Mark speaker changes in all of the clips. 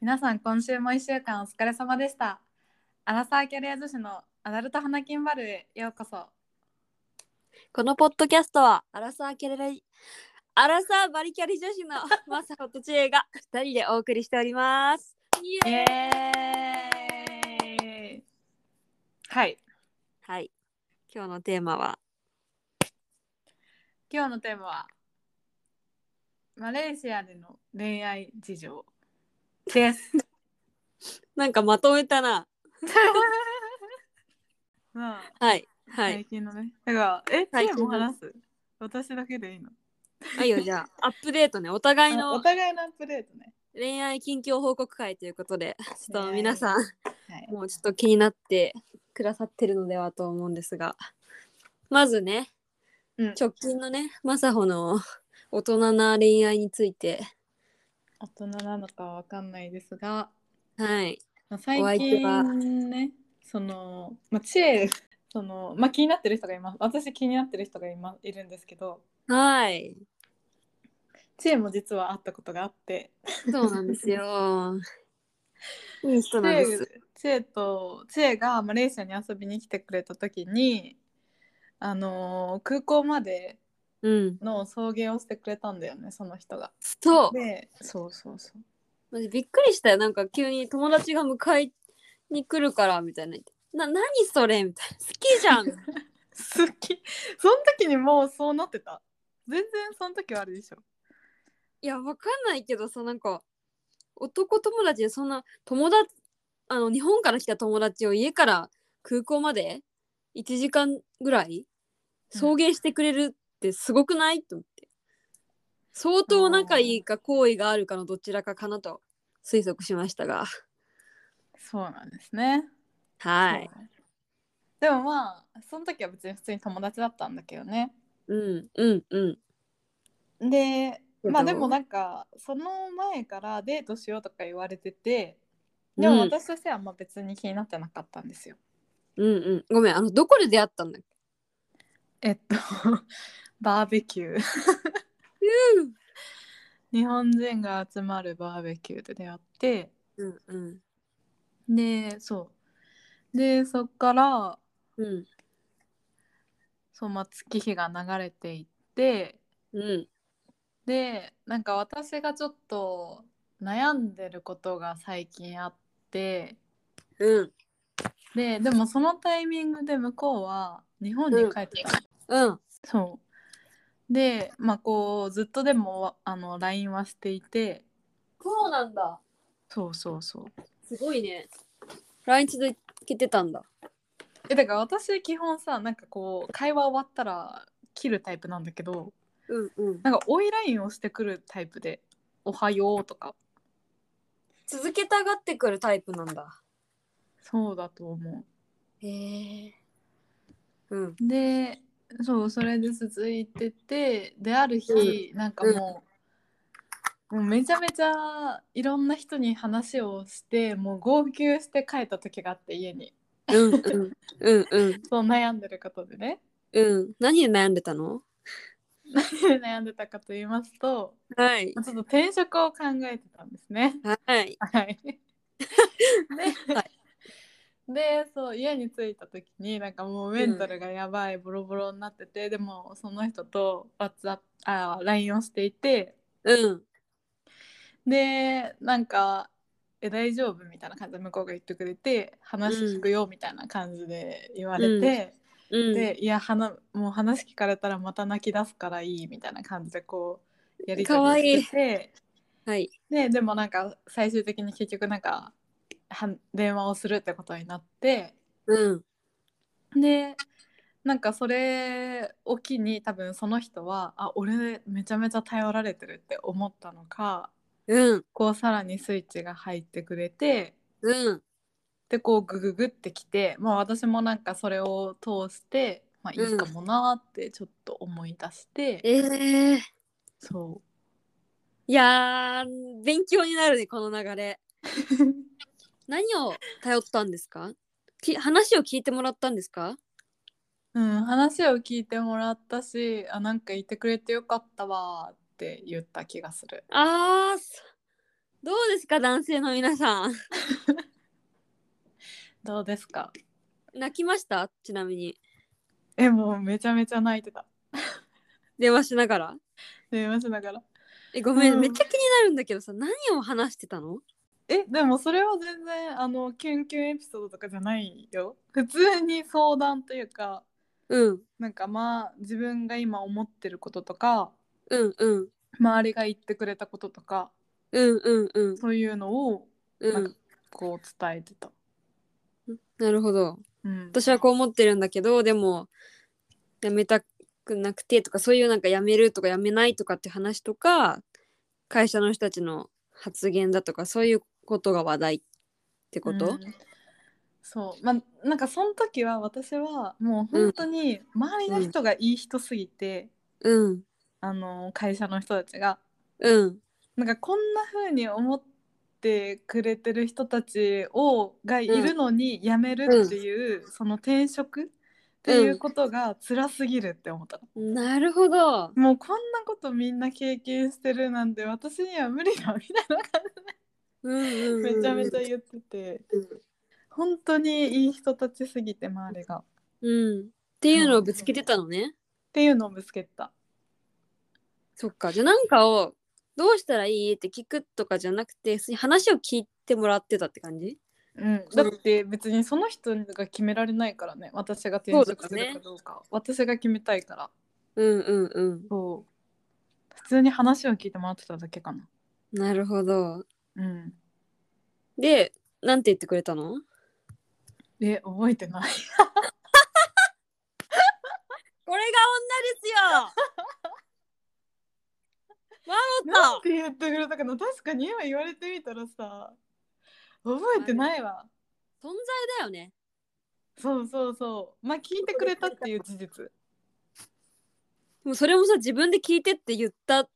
Speaker 1: 皆さん今週も1週間お疲れ様でしたアラサーキャリア女子のアダルト花金バルーへようこそ
Speaker 2: このポッドキャストはアラサーキャリアラサーバリキャリ女子のマサコとチエが2人でお送りしております。イ
Speaker 1: イ
Speaker 2: エーイ
Speaker 1: エーイはい
Speaker 2: はい。今日のテーマは
Speaker 1: 今日のテーマはマレーシアでの恋愛事情です
Speaker 2: なんかまとめたな。
Speaker 1: まあ、
Speaker 2: はい。はい。
Speaker 1: 最近のねだからえ
Speaker 2: 最
Speaker 1: チ
Speaker 2: 近
Speaker 1: ー
Speaker 2: の
Speaker 1: も話す私だけでいいの
Speaker 2: はいよじゃ あアップデートね。お互い
Speaker 1: あお
Speaker 2: の
Speaker 1: 互いのアップデートね
Speaker 2: 恋愛近況報告会ということで、ちょっと皆さん
Speaker 1: はい
Speaker 2: もうちょっと気になってくださってるのではと思うんですが、まずね、
Speaker 1: うん
Speaker 2: 直近のね、マサホの大人な恋愛について、
Speaker 1: 大人なのかは分かんないですが、
Speaker 2: はい。
Speaker 1: まあ、最
Speaker 2: お相手は
Speaker 1: 近ねその、まあ、知恵その、まあ、気になってる人がいます私気になってる人が今いるんですけど
Speaker 2: はい。
Speaker 1: 知恵も実は会ったことがあって
Speaker 2: そうなんですよ。 いい人
Speaker 1: 知
Speaker 2: なんで
Speaker 1: 恵
Speaker 2: す。
Speaker 1: 知恵と知恵がマレーシアに遊びに来てくれた時にあの空港まで
Speaker 2: うん。
Speaker 1: の送迎をしてくれたんだよねその人が。
Speaker 2: そう。
Speaker 1: でそうそうそう。
Speaker 2: マジびっくりしたよ。なんか急に友達が迎えに来るからみたいな言って。な、何それみたいな。好きじゃん。
Speaker 1: 好きその時にもうそうなってた全然その時はあるでしょ
Speaker 2: いや、わかんないけどさ、なんか、男友達でそんな友達、あの、日本から来た友達を家から空港まで1時間ぐらい送迎してくれるってすごくないと思って。相当仲いいか好意があるかのどちらかかなと推測しましたが。
Speaker 1: そうなんですね
Speaker 2: はい。
Speaker 1: そうでもまあその時は別に普通に友達だったんだけどね
Speaker 2: うんうんうん。
Speaker 1: で
Speaker 2: けど
Speaker 1: まあでもなんかその前からデートしようとか言われててでも私としてはまあ別に気になってなかったんですよ、
Speaker 2: うんうん。ごめん、あの、どこで出会ったんだっけ
Speaker 1: えっと バーベキュー日本人が集まるバーベキューで出会って
Speaker 2: うんうん。
Speaker 1: でそうでそっから
Speaker 2: うん
Speaker 1: そう、まあ、月日が流れていって
Speaker 2: うん。
Speaker 1: でなんか私がちょっと悩んでることが最近あって
Speaker 2: うん。
Speaker 1: ででもそのタイミングで向こうは日本に帰ってたの、
Speaker 2: うん。
Speaker 1: そうでまあこうずっとでもわあの LINE はしていて
Speaker 2: そうなんだ。
Speaker 1: そうそうそう
Speaker 2: すごいね。LINE 続けてたんだ。
Speaker 1: えだから私基本さなんかこう会話終わったら切るタイプなんだけど
Speaker 2: うんうん。
Speaker 1: なんか追い LINE をしてくるタイプで「おはよう」とか
Speaker 2: 続けたがってくるタイプなんだ。
Speaker 1: そうだと思う
Speaker 2: へえ。うん
Speaker 1: でそうそれで続いててである日、なんかもう,、もうめちゃめちゃいろんな人に話をしてもう号泣して帰った時があって家に
Speaker 2: うんうんうんうん
Speaker 1: そう悩んでることでね
Speaker 2: うん何で悩んでたの
Speaker 1: 悩んでたかと言いますと
Speaker 2: はい
Speaker 1: ちょっと転職を考えてたんですね
Speaker 2: はい
Speaker 1: はいででそう家に着いた時になんかもうメンタルがやばい、ボロボロになっててでもその人と WhatsApp あ LINE をしていて
Speaker 2: うん
Speaker 1: でなんか「え大丈夫?」みたいな感じで向こうが言ってくれて「話聞くよ」みたいな感じで言われて、
Speaker 2: うん
Speaker 1: で「いやはなもう話聞かれたらまた泣き出すからいい」みたいな感じでこうやり
Speaker 2: かわ
Speaker 1: 取
Speaker 2: いい
Speaker 1: りしてて
Speaker 2: はい
Speaker 1: ででもなんか最終的に結局なんかは電話をするってことになって
Speaker 2: うん
Speaker 1: でなんかそれを機に多分その人は「あ俺めちゃめちゃ頼られてる」って思ったのか。
Speaker 2: うん
Speaker 1: こうさらにスイッチが入ってくれて
Speaker 2: うん
Speaker 1: でこうグググってきて、まあ、私もなんかそれを通して、まあ、いいかもなーってちょっと思い出して、
Speaker 2: ええ
Speaker 1: そ
Speaker 2: いやー勉強になるねこの流れ何を頼ったんですかき話を聞いてもらったんですか
Speaker 1: う、うん、話を聞いてもらったしあなんか言ってくれてよかったわーって言った気がする
Speaker 2: あーそどうですか男性の皆さん
Speaker 1: どうですか
Speaker 2: 泣きましたちなみに
Speaker 1: えもうめちゃめちゃ泣いてた
Speaker 2: 電話しながら
Speaker 1: 電話しながら
Speaker 2: えごめん、
Speaker 1: うん
Speaker 2: めっちゃ気になるんだけどさ何を話してたの
Speaker 1: えでもそれは全然あのキュンキュンエピソードとかじゃないよ普通に相談というか
Speaker 2: うん
Speaker 1: なんかまあ自分が今思ってることとか
Speaker 2: うんうん
Speaker 1: 周りが言ってくれたこととか
Speaker 2: うんうんうん
Speaker 1: そういうのを
Speaker 2: う
Speaker 1: なん
Speaker 2: ん
Speaker 1: かこう伝えてた、
Speaker 2: なるほど
Speaker 1: うん、
Speaker 2: 私はこう思ってるんだけどでもやめたくなくてとかそういうなんかやめるとかやめないとかって話とか会社の人たちの発言だとかそういうことが話題ってこと、
Speaker 1: うんそうまあなんかその時は私はもう本当に周りの人がいい人すぎて、
Speaker 2: うん
Speaker 1: あの会社の人たちが
Speaker 2: うん
Speaker 1: なんかこんな風に思ってくれてる人たちをがいるのに辞めるっていう、その転職っていうことが辛すぎるって思った、
Speaker 2: なるほど
Speaker 1: もうこんなことみんな経験してるなんて私には無理だみたいな感
Speaker 2: うんうん
Speaker 1: じ
Speaker 2: うんう
Speaker 1: め
Speaker 2: ん
Speaker 1: ちゃめちゃ言ってて
Speaker 2: うん
Speaker 1: 本当にいい人たちすぎて周りがっ
Speaker 2: うんっていうのをぶつけてたのね、
Speaker 1: ていうのをぶつけた
Speaker 2: そっかじゃあなんかをどうしたらいいって聞くとかじゃなくて普通に話を聞いてもらってたって感じ
Speaker 1: うん、だって別にその人が決められないからね私が転職するかどうか私が決めたいから
Speaker 2: うんうんうん
Speaker 1: そう普通に話を聞いてもらってただけかな
Speaker 2: なるほど
Speaker 1: うん
Speaker 2: でなんて言ってくれたの
Speaker 1: え覚えて ない
Speaker 2: これが女ですよマ
Speaker 1: なん
Speaker 2: モ
Speaker 1: て言ってくれたかな確かに今言われてみたらさ覚えてないわ
Speaker 2: と存在だよね
Speaker 1: そうそうそうまあ聞いてくれたっていう事実
Speaker 2: でもそれもさ自分で聞いてって言ったの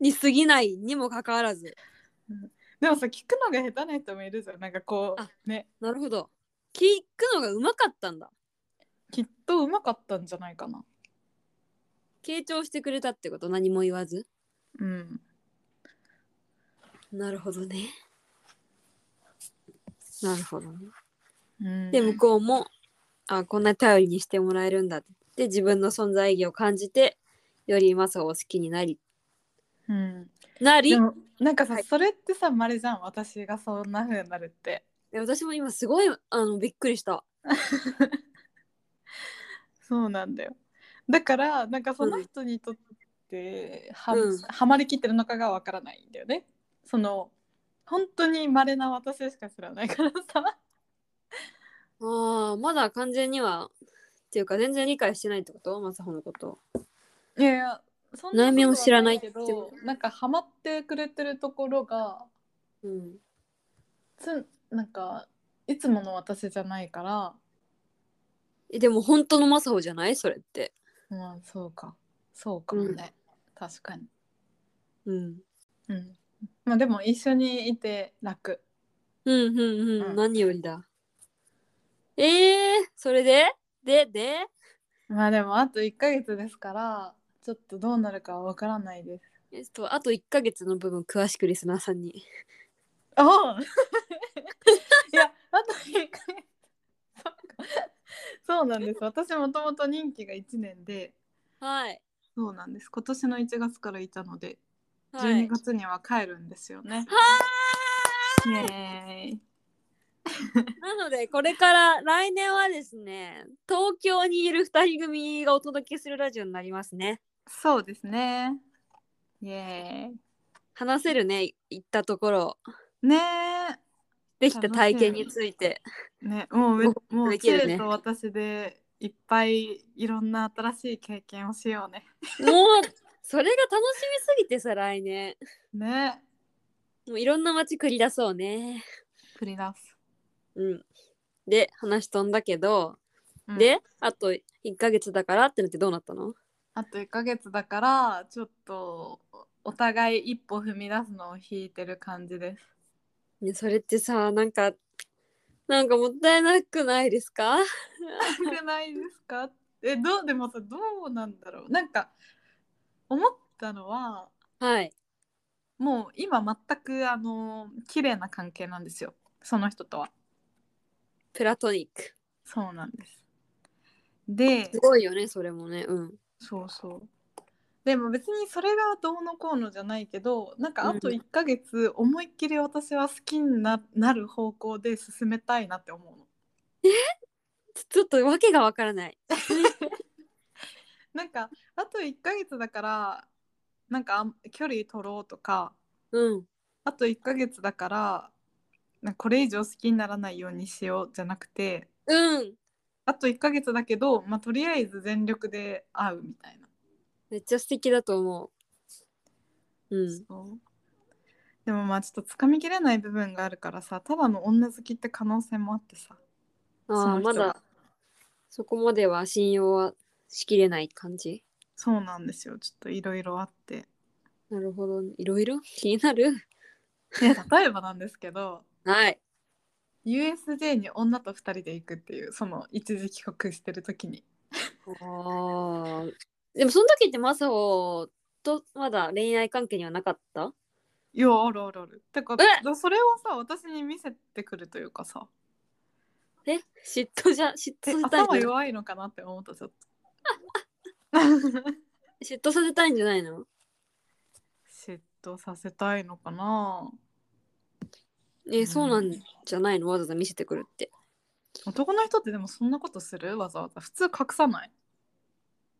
Speaker 2: に過ぎないにもかかわらず
Speaker 1: でもさ聞くのが下手な人もいるじゃんなんかこ
Speaker 2: あ
Speaker 1: うね
Speaker 2: なるほど聞くのがうまかったんだ
Speaker 1: きっとうまかったんじゃないかな
Speaker 2: 傾聴してくれたってこと何も言わず
Speaker 1: うん
Speaker 2: なるほどねなるほどね
Speaker 1: うん
Speaker 2: で向こうもあこんな頼りにしてもらえるんだってで自分の存在意義を感じてよりマサを好きになり
Speaker 1: うん
Speaker 2: なり
Speaker 1: でもなんかさ、
Speaker 2: はい
Speaker 1: それってさまれじゃん私がそんな風になるって
Speaker 2: いや私も今すごいあのびっくりした
Speaker 1: そうなんだよだからなんかその人にとっては,、
Speaker 2: うん
Speaker 1: はまりきってるのかがわからないんだよねその本当に稀な私しか知らないからさ
Speaker 2: あーまだ完全にはっていうか全然理解してないってことマサホのこと
Speaker 1: いやいやそ
Speaker 2: 内面を知らない
Speaker 1: け
Speaker 2: っていう
Speaker 1: どなんかハマってくれてるところが
Speaker 2: うん
Speaker 1: つなんかいつもの私じゃないから
Speaker 2: えでも本当のマサホじゃないそれって
Speaker 1: まあそうかそうかもね、確かに
Speaker 2: うん
Speaker 1: うんまあでも一緒にいて楽
Speaker 2: うんうんうん、
Speaker 1: うん
Speaker 2: 何よりだえー、それででで
Speaker 1: まあでもあと1ヶ月ですからちょっとどうなるかは分からないです
Speaker 2: えっとあと1ヶ月の部分詳しくリスナーさんに
Speaker 1: ああいやあと1ヶ月そっかそうなんです私もともと任期が1年で
Speaker 2: はい
Speaker 1: そうなんです今年の1月からいたので
Speaker 2: は
Speaker 1: 12
Speaker 2: い
Speaker 1: 月には帰るんですよね、イエーイ
Speaker 2: なのでこれから来年はですね東京にいる2人組がお届けするラジオになりますね
Speaker 1: そうですねイエー
Speaker 2: 話せるね行ったところ
Speaker 1: イねえ
Speaker 2: できた体験について
Speaker 1: ね、もうめ、もう、
Speaker 2: で
Speaker 1: チ
Speaker 2: きるね
Speaker 1: ェと私でいっぱいいろんな新しい経験をしようね。
Speaker 2: もうそれが楽しみすぎてさ来年
Speaker 1: ね、
Speaker 2: もういろんな街繰り出そうね
Speaker 1: 繰り出す。
Speaker 2: うんで話飛んだけど、
Speaker 1: うん
Speaker 2: であと1ヶ月だからってなってどうなったの
Speaker 1: あと1ヶ月だから、ちょっとお互い一歩踏み出すのを引いてる感じです。
Speaker 2: いやそれってさなんかなんかもったいなくないですか
Speaker 1: 少ないですか え、どう、でもさ、どうなんだろう。なんか、思ったのは、
Speaker 2: はい
Speaker 1: もう今全くあの綺麗な関係なんですよその人とは
Speaker 2: プラトニック。
Speaker 1: そうなんですです
Speaker 2: ごいよね、それもね。うん。
Speaker 1: そうそうでも別にそれがどうのこうのじゃないけどなんかあと
Speaker 2: うん
Speaker 1: 1ヶ月思いっきり私は好きにななる方向で進めたいなって思うの
Speaker 2: ちちょっとわけがわからない。
Speaker 1: なんかあと1ヶ月だからなんかあん距離取ろうとか
Speaker 2: うん。
Speaker 1: あと1ヶ月だからなんかこれ以上好きにならないようにしようじゃなくて
Speaker 2: うん。
Speaker 1: あと1ヶ月だけど、まあ、とりあえず全力で会うみたいな、
Speaker 2: めっちゃ素敵だと思う。うん。
Speaker 1: そうでもまあちょっとつかみきれない部分があるからさただの女好きって可能性もあってさそ
Speaker 2: ああ、
Speaker 1: の人
Speaker 2: まだそこまでは信用はしきれない感じ。
Speaker 1: そうなんですよちょっといろいろあって
Speaker 2: なるほど、ね。いろいろ 気にな
Speaker 1: い
Speaker 2: る。
Speaker 1: や例えばなんですけど
Speaker 2: はい。
Speaker 1: USJ に女と2人で行くっていうその一時帰国してる時に
Speaker 2: ああ。でもその時ってマサオとまだ恋愛関係にはなかった
Speaker 1: いやあるあるあるてか
Speaker 2: え
Speaker 1: それをさ私に見せてくるというかさ
Speaker 2: え嫉妬じゃ、嫉
Speaker 1: え
Speaker 2: 妬させたい
Speaker 1: 頭
Speaker 2: んじゃ
Speaker 1: 弱いのかなって思ったちょっ と
Speaker 2: 嫉妬させたいんじゃないの
Speaker 1: 嫉妬させたいのかな
Speaker 2: え、そうなんじゃないのわざわざ見せてくるって。
Speaker 1: 男の人ってでもそんなことするわざわざ普通隠さない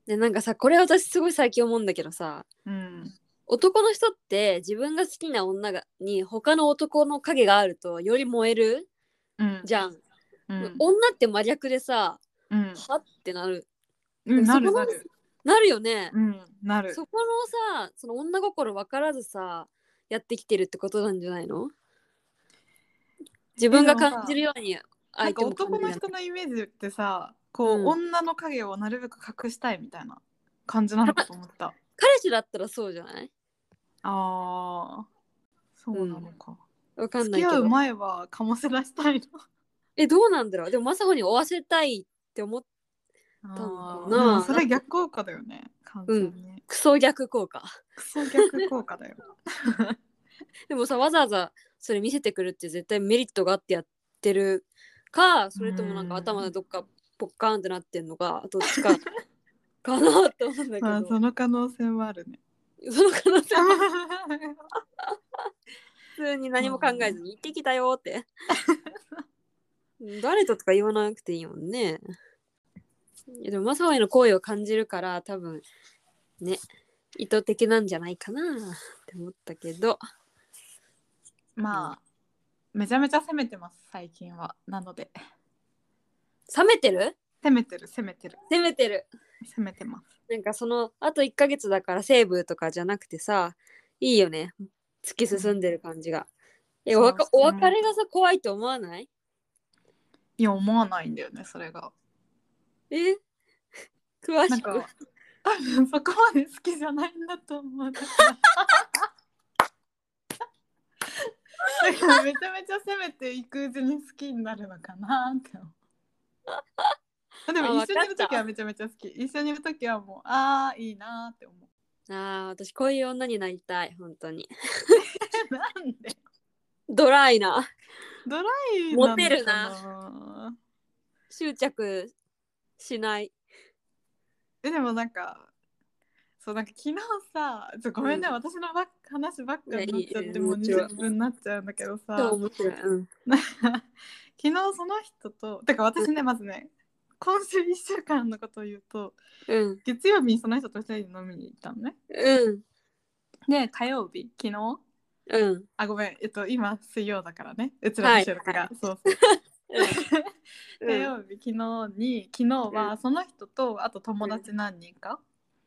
Speaker 2: で、なんかさ、これ私すごい最近思うんだけどさ、
Speaker 1: うん
Speaker 2: 男の人って自分が好きな女がに他の男の影があるとより燃える
Speaker 1: うん
Speaker 2: じゃん、
Speaker 1: うん
Speaker 2: 女って真逆でさ、
Speaker 1: うん
Speaker 2: はってなる
Speaker 1: うんなる
Speaker 2: そこ
Speaker 1: な
Speaker 2: の
Speaker 1: る
Speaker 2: なるよね、
Speaker 1: うんなる
Speaker 2: そこのさその女心分からずさやってきてるってことなんじゃないの自分が感じるように
Speaker 1: なん
Speaker 2: 相
Speaker 1: か
Speaker 2: 手も感
Speaker 1: 男
Speaker 2: じる
Speaker 1: の人のイメージってさこう、
Speaker 2: うん
Speaker 1: 女の影をなるべく隠したいみたいな感じなのかと思った
Speaker 2: 彼氏だったらそうじゃない
Speaker 1: あーそうなのか、
Speaker 2: わかんな
Speaker 1: 付
Speaker 2: い
Speaker 1: き
Speaker 2: け
Speaker 1: 合う
Speaker 2: ど
Speaker 1: 前は醸せ出したいの
Speaker 2: えどうなんだろうでもまさほに追わせたいって思っ
Speaker 1: あ
Speaker 2: 多
Speaker 1: ー
Speaker 2: 分
Speaker 1: で
Speaker 2: な
Speaker 1: もそれ逆効果だよね完全に、
Speaker 2: クソ逆効果
Speaker 1: クソ逆効果だ よ
Speaker 2: でもさわざわざそれ見せてくるって絶対メリットがあってやってるかそれともなんか
Speaker 1: うん
Speaker 2: 頭でどっかポッカーンってなってんのかどっ ちかかなって思うんだけど、
Speaker 1: まあその可能性はある ね
Speaker 2: その可能性は普通に何も考えずに行ってきたよ って。誰ととか言わなくていいもんね。いやでもマサオへの好意を感じるから多分ね意図的なんじゃないかなって思ったけど
Speaker 1: まあめちゃめちゃ攻めてます最近はなので
Speaker 2: 冷めてる
Speaker 1: 攻めてる攻めてる
Speaker 2: 攻めてる
Speaker 1: 攻めてます
Speaker 2: なんかそのあと1ヶ月だからセーブとかじゃなくてさいいよね突き進んでる感じが。えおわか
Speaker 1: そう
Speaker 2: お
Speaker 1: そう
Speaker 2: 別れがさ怖いと思わない
Speaker 1: いや思わないんだよねそれが
Speaker 2: え 詳
Speaker 1: なん
Speaker 2: しく
Speaker 1: か多分そこまで好きじゃないんだと思うだからだ からめちゃめちゃ攻めていくうちに好きになるのかなって思うあでも一緒に
Speaker 2: あ
Speaker 1: いる
Speaker 2: わかっ
Speaker 1: 時
Speaker 2: た
Speaker 1: はめちゃめちゃ好き一緒にいる時はもうああいいなーって思う
Speaker 2: ああ私こういう女になりたい本当に
Speaker 1: なんで
Speaker 2: ドライな
Speaker 1: ドライなのか
Speaker 2: モテる
Speaker 1: な
Speaker 2: 執着しない
Speaker 1: えでもなんかそうなんか昨日さちょごめんね、
Speaker 2: うん
Speaker 1: 私のばっ話ばっかになっちゃっ
Speaker 2: いやい
Speaker 1: て
Speaker 2: い
Speaker 1: もう
Speaker 2: もちろん
Speaker 1: 20分になっちゃうんだけどさ
Speaker 2: と面白い、うん、
Speaker 1: 昨日その人とてか私ねまずね今週1週間のことを言うと
Speaker 2: うん
Speaker 1: 月曜日にその人と2人で飲みに行ったのね
Speaker 2: うん
Speaker 1: で火曜日昨日
Speaker 2: うんうん
Speaker 1: あごめんえっと今水曜だからねうちらの収録が、
Speaker 2: はい
Speaker 1: そうそう火
Speaker 2: うん
Speaker 1: 曜日昨日に昨日はその人とあと友達何人か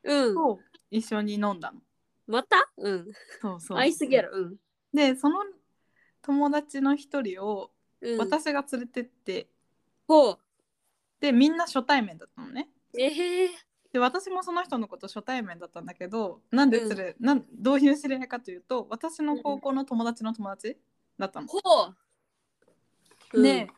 Speaker 2: うん
Speaker 1: と一緒に飲んだの、
Speaker 2: またうん
Speaker 1: そうそう
Speaker 2: 愛すぎやろうん
Speaker 1: でその友達の一人を
Speaker 2: うん
Speaker 1: 私が連れてって、
Speaker 2: ほ
Speaker 1: でみんな初対面だったのね
Speaker 2: うええ
Speaker 1: で私もその人のこと初対面だったんだけどなんでつれ、なんどういう知り合いかというと私の高校の友達の友達だったの。
Speaker 2: ほう
Speaker 1: で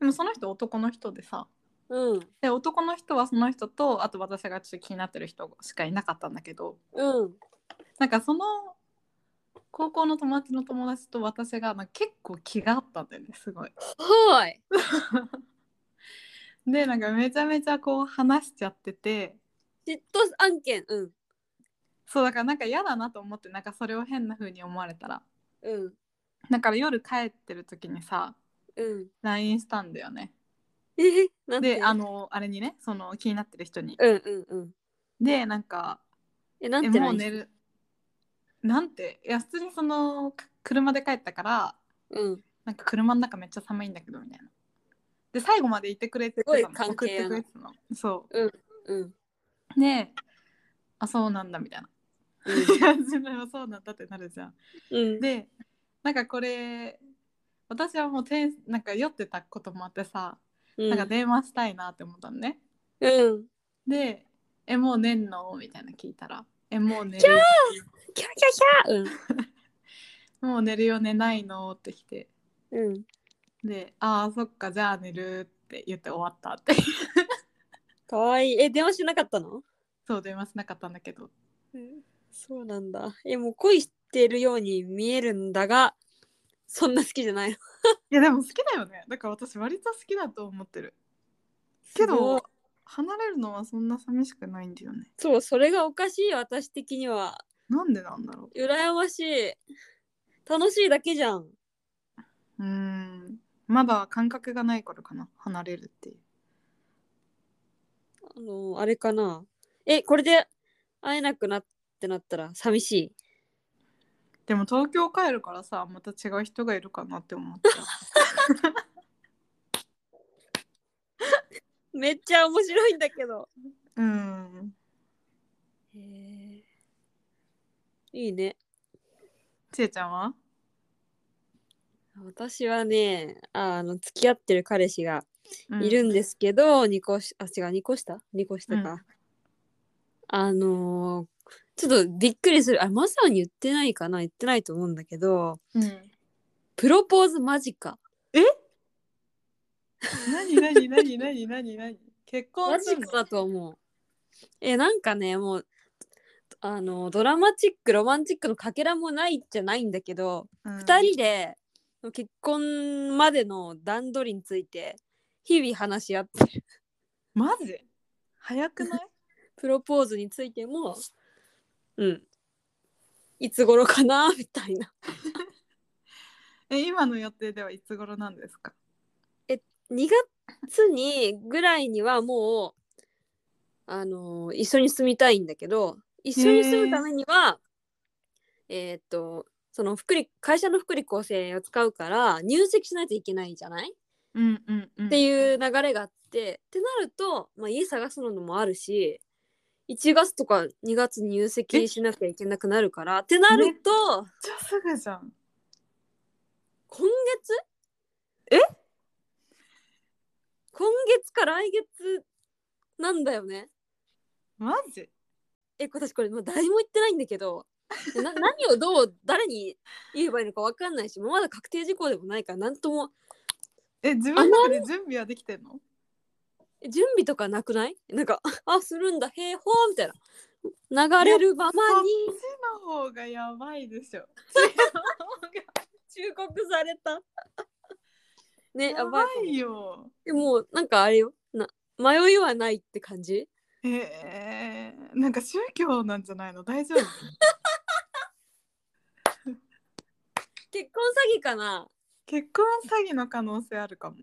Speaker 1: でもその人男の人でさ
Speaker 2: うん
Speaker 1: で男の人はその人とあと私がちょっと気になってる人しかいなかったんだけど
Speaker 2: うん
Speaker 1: なんかその高校の友達の友達と私がなんか結構気があったんだよねすごい。
Speaker 2: はい。
Speaker 1: でなんかめちゃめちゃこう話しちゃってて
Speaker 2: 嫉妬案件。うん。
Speaker 1: そうだからなんか嫌だなと思ってなんかそれを変な風に思われたら
Speaker 2: うん。
Speaker 1: だから夜帰ってる時にさ
Speaker 2: うん。
Speaker 1: LINE したんだよね。
Speaker 2: えなんて
Speaker 1: であのあれにねその気になってる人に。
Speaker 2: うんうんうん。
Speaker 1: でなんか
Speaker 2: え、な
Speaker 1: え
Speaker 2: んて
Speaker 1: もう
Speaker 2: LINE
Speaker 1: 寝るなんていや普通にそのか車で帰ったから
Speaker 2: うん。
Speaker 1: なんか車の中めっちゃ寒いんだけどみたいなで最後までいてくれてた
Speaker 2: すごい
Speaker 1: の
Speaker 2: 関
Speaker 1: 送っ
Speaker 2: 係
Speaker 1: て
Speaker 2: や
Speaker 1: く
Speaker 2: な
Speaker 1: れてたのそ
Speaker 2: うん。
Speaker 1: うねえあそうなんだみたいな いや自分はそうなんだってなるじゃん
Speaker 2: うん。
Speaker 1: でなんかこれ私はもうてんなんか酔ってたこともあってさ、
Speaker 2: うん。
Speaker 1: なんか電話したいなって思ったのね
Speaker 2: うん。
Speaker 1: で「えもう寝んの?」みたいな聞いたら「えもう寝るよ
Speaker 2: キャーキャーキャー
Speaker 1: もう寝るよ寝ないの?」って来て
Speaker 2: うん。うん。
Speaker 1: で「ああそっかじゃあ寝る」って言って終わったって
Speaker 2: かわいい。え、電話しなかったの
Speaker 1: そう電話しなかったんだけど
Speaker 2: うん。そうなんだ。え、もう恋してるように見えるんだが、そんな好きじゃないの。
Speaker 1: いやでも好きだよねだから私割と好きだと思ってるけ
Speaker 2: すごい
Speaker 1: ど離れるのはそんな寂しくないんだよね
Speaker 2: そう、それがおかしい、私的には。
Speaker 1: なんでなんだろ
Speaker 2: 羨ましい。楽しいだけじゃん。
Speaker 1: ううーんまだ感覚がないからかな離れるっていう
Speaker 2: あの、あれかな。え、これで会えなくなってなったら寂しい。
Speaker 1: でも東京帰るからさまた違う人がいるかなって思った
Speaker 2: めっちゃ面白いんだけど。
Speaker 1: うん
Speaker 2: へえ。いいね。
Speaker 1: ちえちゃんは
Speaker 2: 私はね、あの、付き合ってる彼氏が
Speaker 1: うん
Speaker 2: いるんですけど、二個し、あ、違う、二個下二個下か。
Speaker 1: う
Speaker 2: あのーちょっとびっくりする。あ、まさに言ってないかな言ってないと思うんだけど、
Speaker 1: うん
Speaker 2: プロポーズ間近。
Speaker 1: 何何何何何何結
Speaker 2: マ
Speaker 1: 婚す
Speaker 2: ジ
Speaker 1: るの
Speaker 2: かと思う。え、なんかね、もう、あの、ドラマチック、ロマンチックのかけらもないじゃないんだけど、
Speaker 1: うん
Speaker 2: 2人で結婚までの段取りについて、日々話し合ってる。
Speaker 1: マジ早く ない
Speaker 2: プロポーズについても、うん。いつ頃かなみたいな。
Speaker 1: え今の予定ではいつ頃なんですか
Speaker 2: 2月にぐらいにはもう、あの一緒に住みたいんだけど一緒に住むためにはえーっとその福利会社の福利厚生を使うから入籍しないといけないじゃない、
Speaker 1: うんうんうん
Speaker 2: っていう流れがあってってなると、まあ、家探すのもあるし1月とか2月に入籍しなきゃいけなくなるからってなると
Speaker 1: めっちゃすぐじゃん。
Speaker 2: 今月
Speaker 1: え
Speaker 2: 今月か来月なんだよね。
Speaker 1: マジ
Speaker 2: え私これもう誰も言ってないんだけどな 何をどう誰に言えばいいのか分かんないしもうまだ確定事項でもないから何とも
Speaker 1: え、自分の中で準備はできてんの
Speaker 2: え準備とかなくないなんかあするんだへえほーみたいな流れるまま
Speaker 1: そっ
Speaker 2: に
Speaker 1: ちの方が やばいでしょ。
Speaker 2: 忠告されたねや
Speaker 1: や
Speaker 2: ば
Speaker 1: ば
Speaker 2: いかも
Speaker 1: いよ。
Speaker 2: でもなんかあれよな迷いはないって感じ
Speaker 1: えー、なんか宗教なんじゃないの大 丈夫
Speaker 2: 結婚詐欺かな
Speaker 1: 結婚詐欺の可能性あるかも。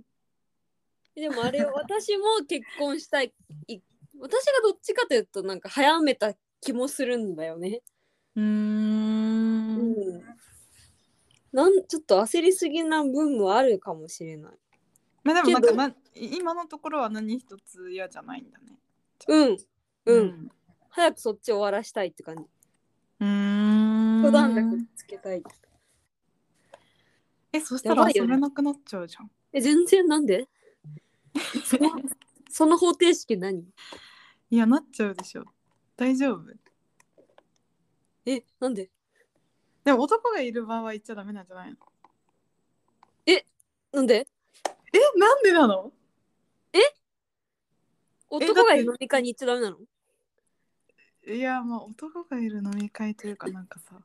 Speaker 2: でもあれよ私も結婚したいい私がどっちかというとなんか早めた気もするんだよね
Speaker 1: うーん。
Speaker 2: うんなんちょっと焦りすぎな分もあるかもしれない。
Speaker 1: まあでもなん
Speaker 2: け
Speaker 1: か
Speaker 2: ど
Speaker 1: な今のところは何一つ嫌じゃないんだね。
Speaker 2: うん、うん、
Speaker 1: ん。
Speaker 2: 早くそっち終わらしたいって感じ。
Speaker 1: うーん。
Speaker 2: 一段落つけたい。
Speaker 1: え、そした
Speaker 2: や
Speaker 1: ら
Speaker 2: ばいよ
Speaker 1: 遊
Speaker 2: ね
Speaker 1: べなくなっちゃうじゃん。
Speaker 2: え、全然なんでそのその方程式何
Speaker 1: いや、なっちゃうでしょ。大丈夫
Speaker 2: え、なんで
Speaker 1: でも男がいる場合は言っちゃダメなんじゃないの
Speaker 2: なんで
Speaker 1: えなんでなの
Speaker 2: 男
Speaker 1: だっ
Speaker 2: が
Speaker 1: て
Speaker 2: 飲み会に行っちゃダメなの
Speaker 1: いやまあ男がいる飲み会というかなんかさ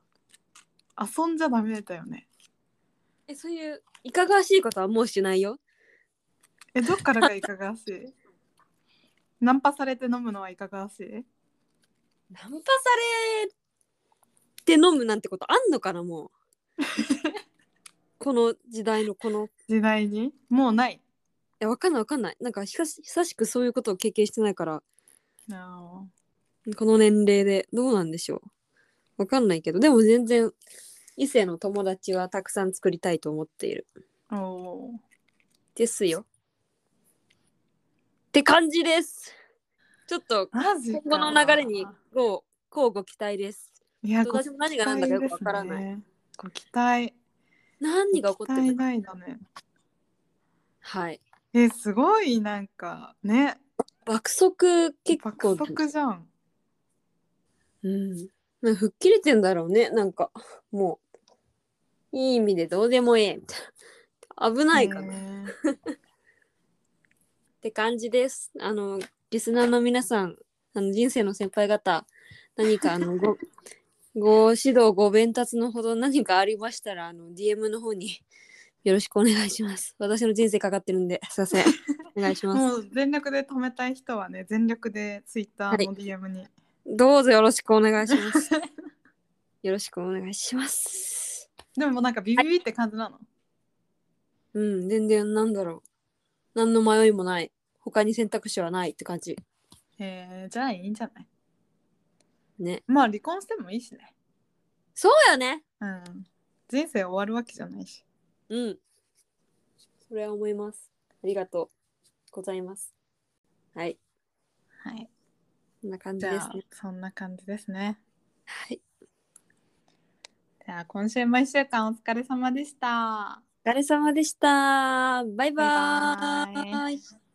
Speaker 1: 遊んじゃダメだよね
Speaker 2: えそういういかがわしいことはもうしないよ
Speaker 1: えどっからがいかがわしい ナンパされて飲むのはいかがわしい
Speaker 2: ナンパされて飲むなんてことあんのかなもう この時代のこのい
Speaker 1: 時代にもうない
Speaker 2: やわかんないわかんないなんか久し久しくそういうことを経験してないから
Speaker 1: あ
Speaker 2: この年齢でどうなんでしょうわかんないけどでも全然異性の友達はたくさん作りたいと思っている
Speaker 1: ーおー
Speaker 2: ですよって感じですちょっと
Speaker 1: マジか
Speaker 2: 今後の流れにこうこうご期待です
Speaker 1: いや
Speaker 2: 私も何が何だかよくわからない、
Speaker 1: いご期待
Speaker 2: 何が起こって
Speaker 1: 期待
Speaker 2: るか
Speaker 1: ないだね
Speaker 2: はい
Speaker 1: えすごいなんかね
Speaker 2: 爆速結構
Speaker 1: 爆速じゃん
Speaker 2: うんなんか吹っ切れてんだろうねなんかもういい意味でどうでもええみたいな危ないかな、っ
Speaker 1: ね
Speaker 2: て感じですあのリスナーの皆さんあの人生の先輩方何かあの ごご指導ご鞭達のほど何かありましたらあの DM の方によろしくお願いします私の人生かかってるんですい ませんお願いします
Speaker 1: もう全力で止めたい人はね全力でツイッターの DM に、
Speaker 2: どうぞよろしくお願いしますよろしくお願いします
Speaker 1: でももうなんかビビビって感じなの、
Speaker 2: うん、全然なんだろう。何の迷いもない。他に選択肢はないって感じ。
Speaker 1: えー、じゃあいいんじゃない
Speaker 2: ね。
Speaker 1: まあ離婚してもいいしね
Speaker 2: そうよね。
Speaker 1: うん人生終わるわけじゃないし
Speaker 2: うん。それは思います。ありがとうございます。はい。
Speaker 1: はい
Speaker 2: こんな感
Speaker 1: じ
Speaker 2: じ
Speaker 1: ゃ
Speaker 2: です
Speaker 1: あ
Speaker 2: ね。
Speaker 1: そんな感じですね
Speaker 2: はい。
Speaker 1: じゃあ今週も1週間お疲れ様でした
Speaker 2: お疲れ様でした。バイバ
Speaker 1: バイバ
Speaker 2: ーイ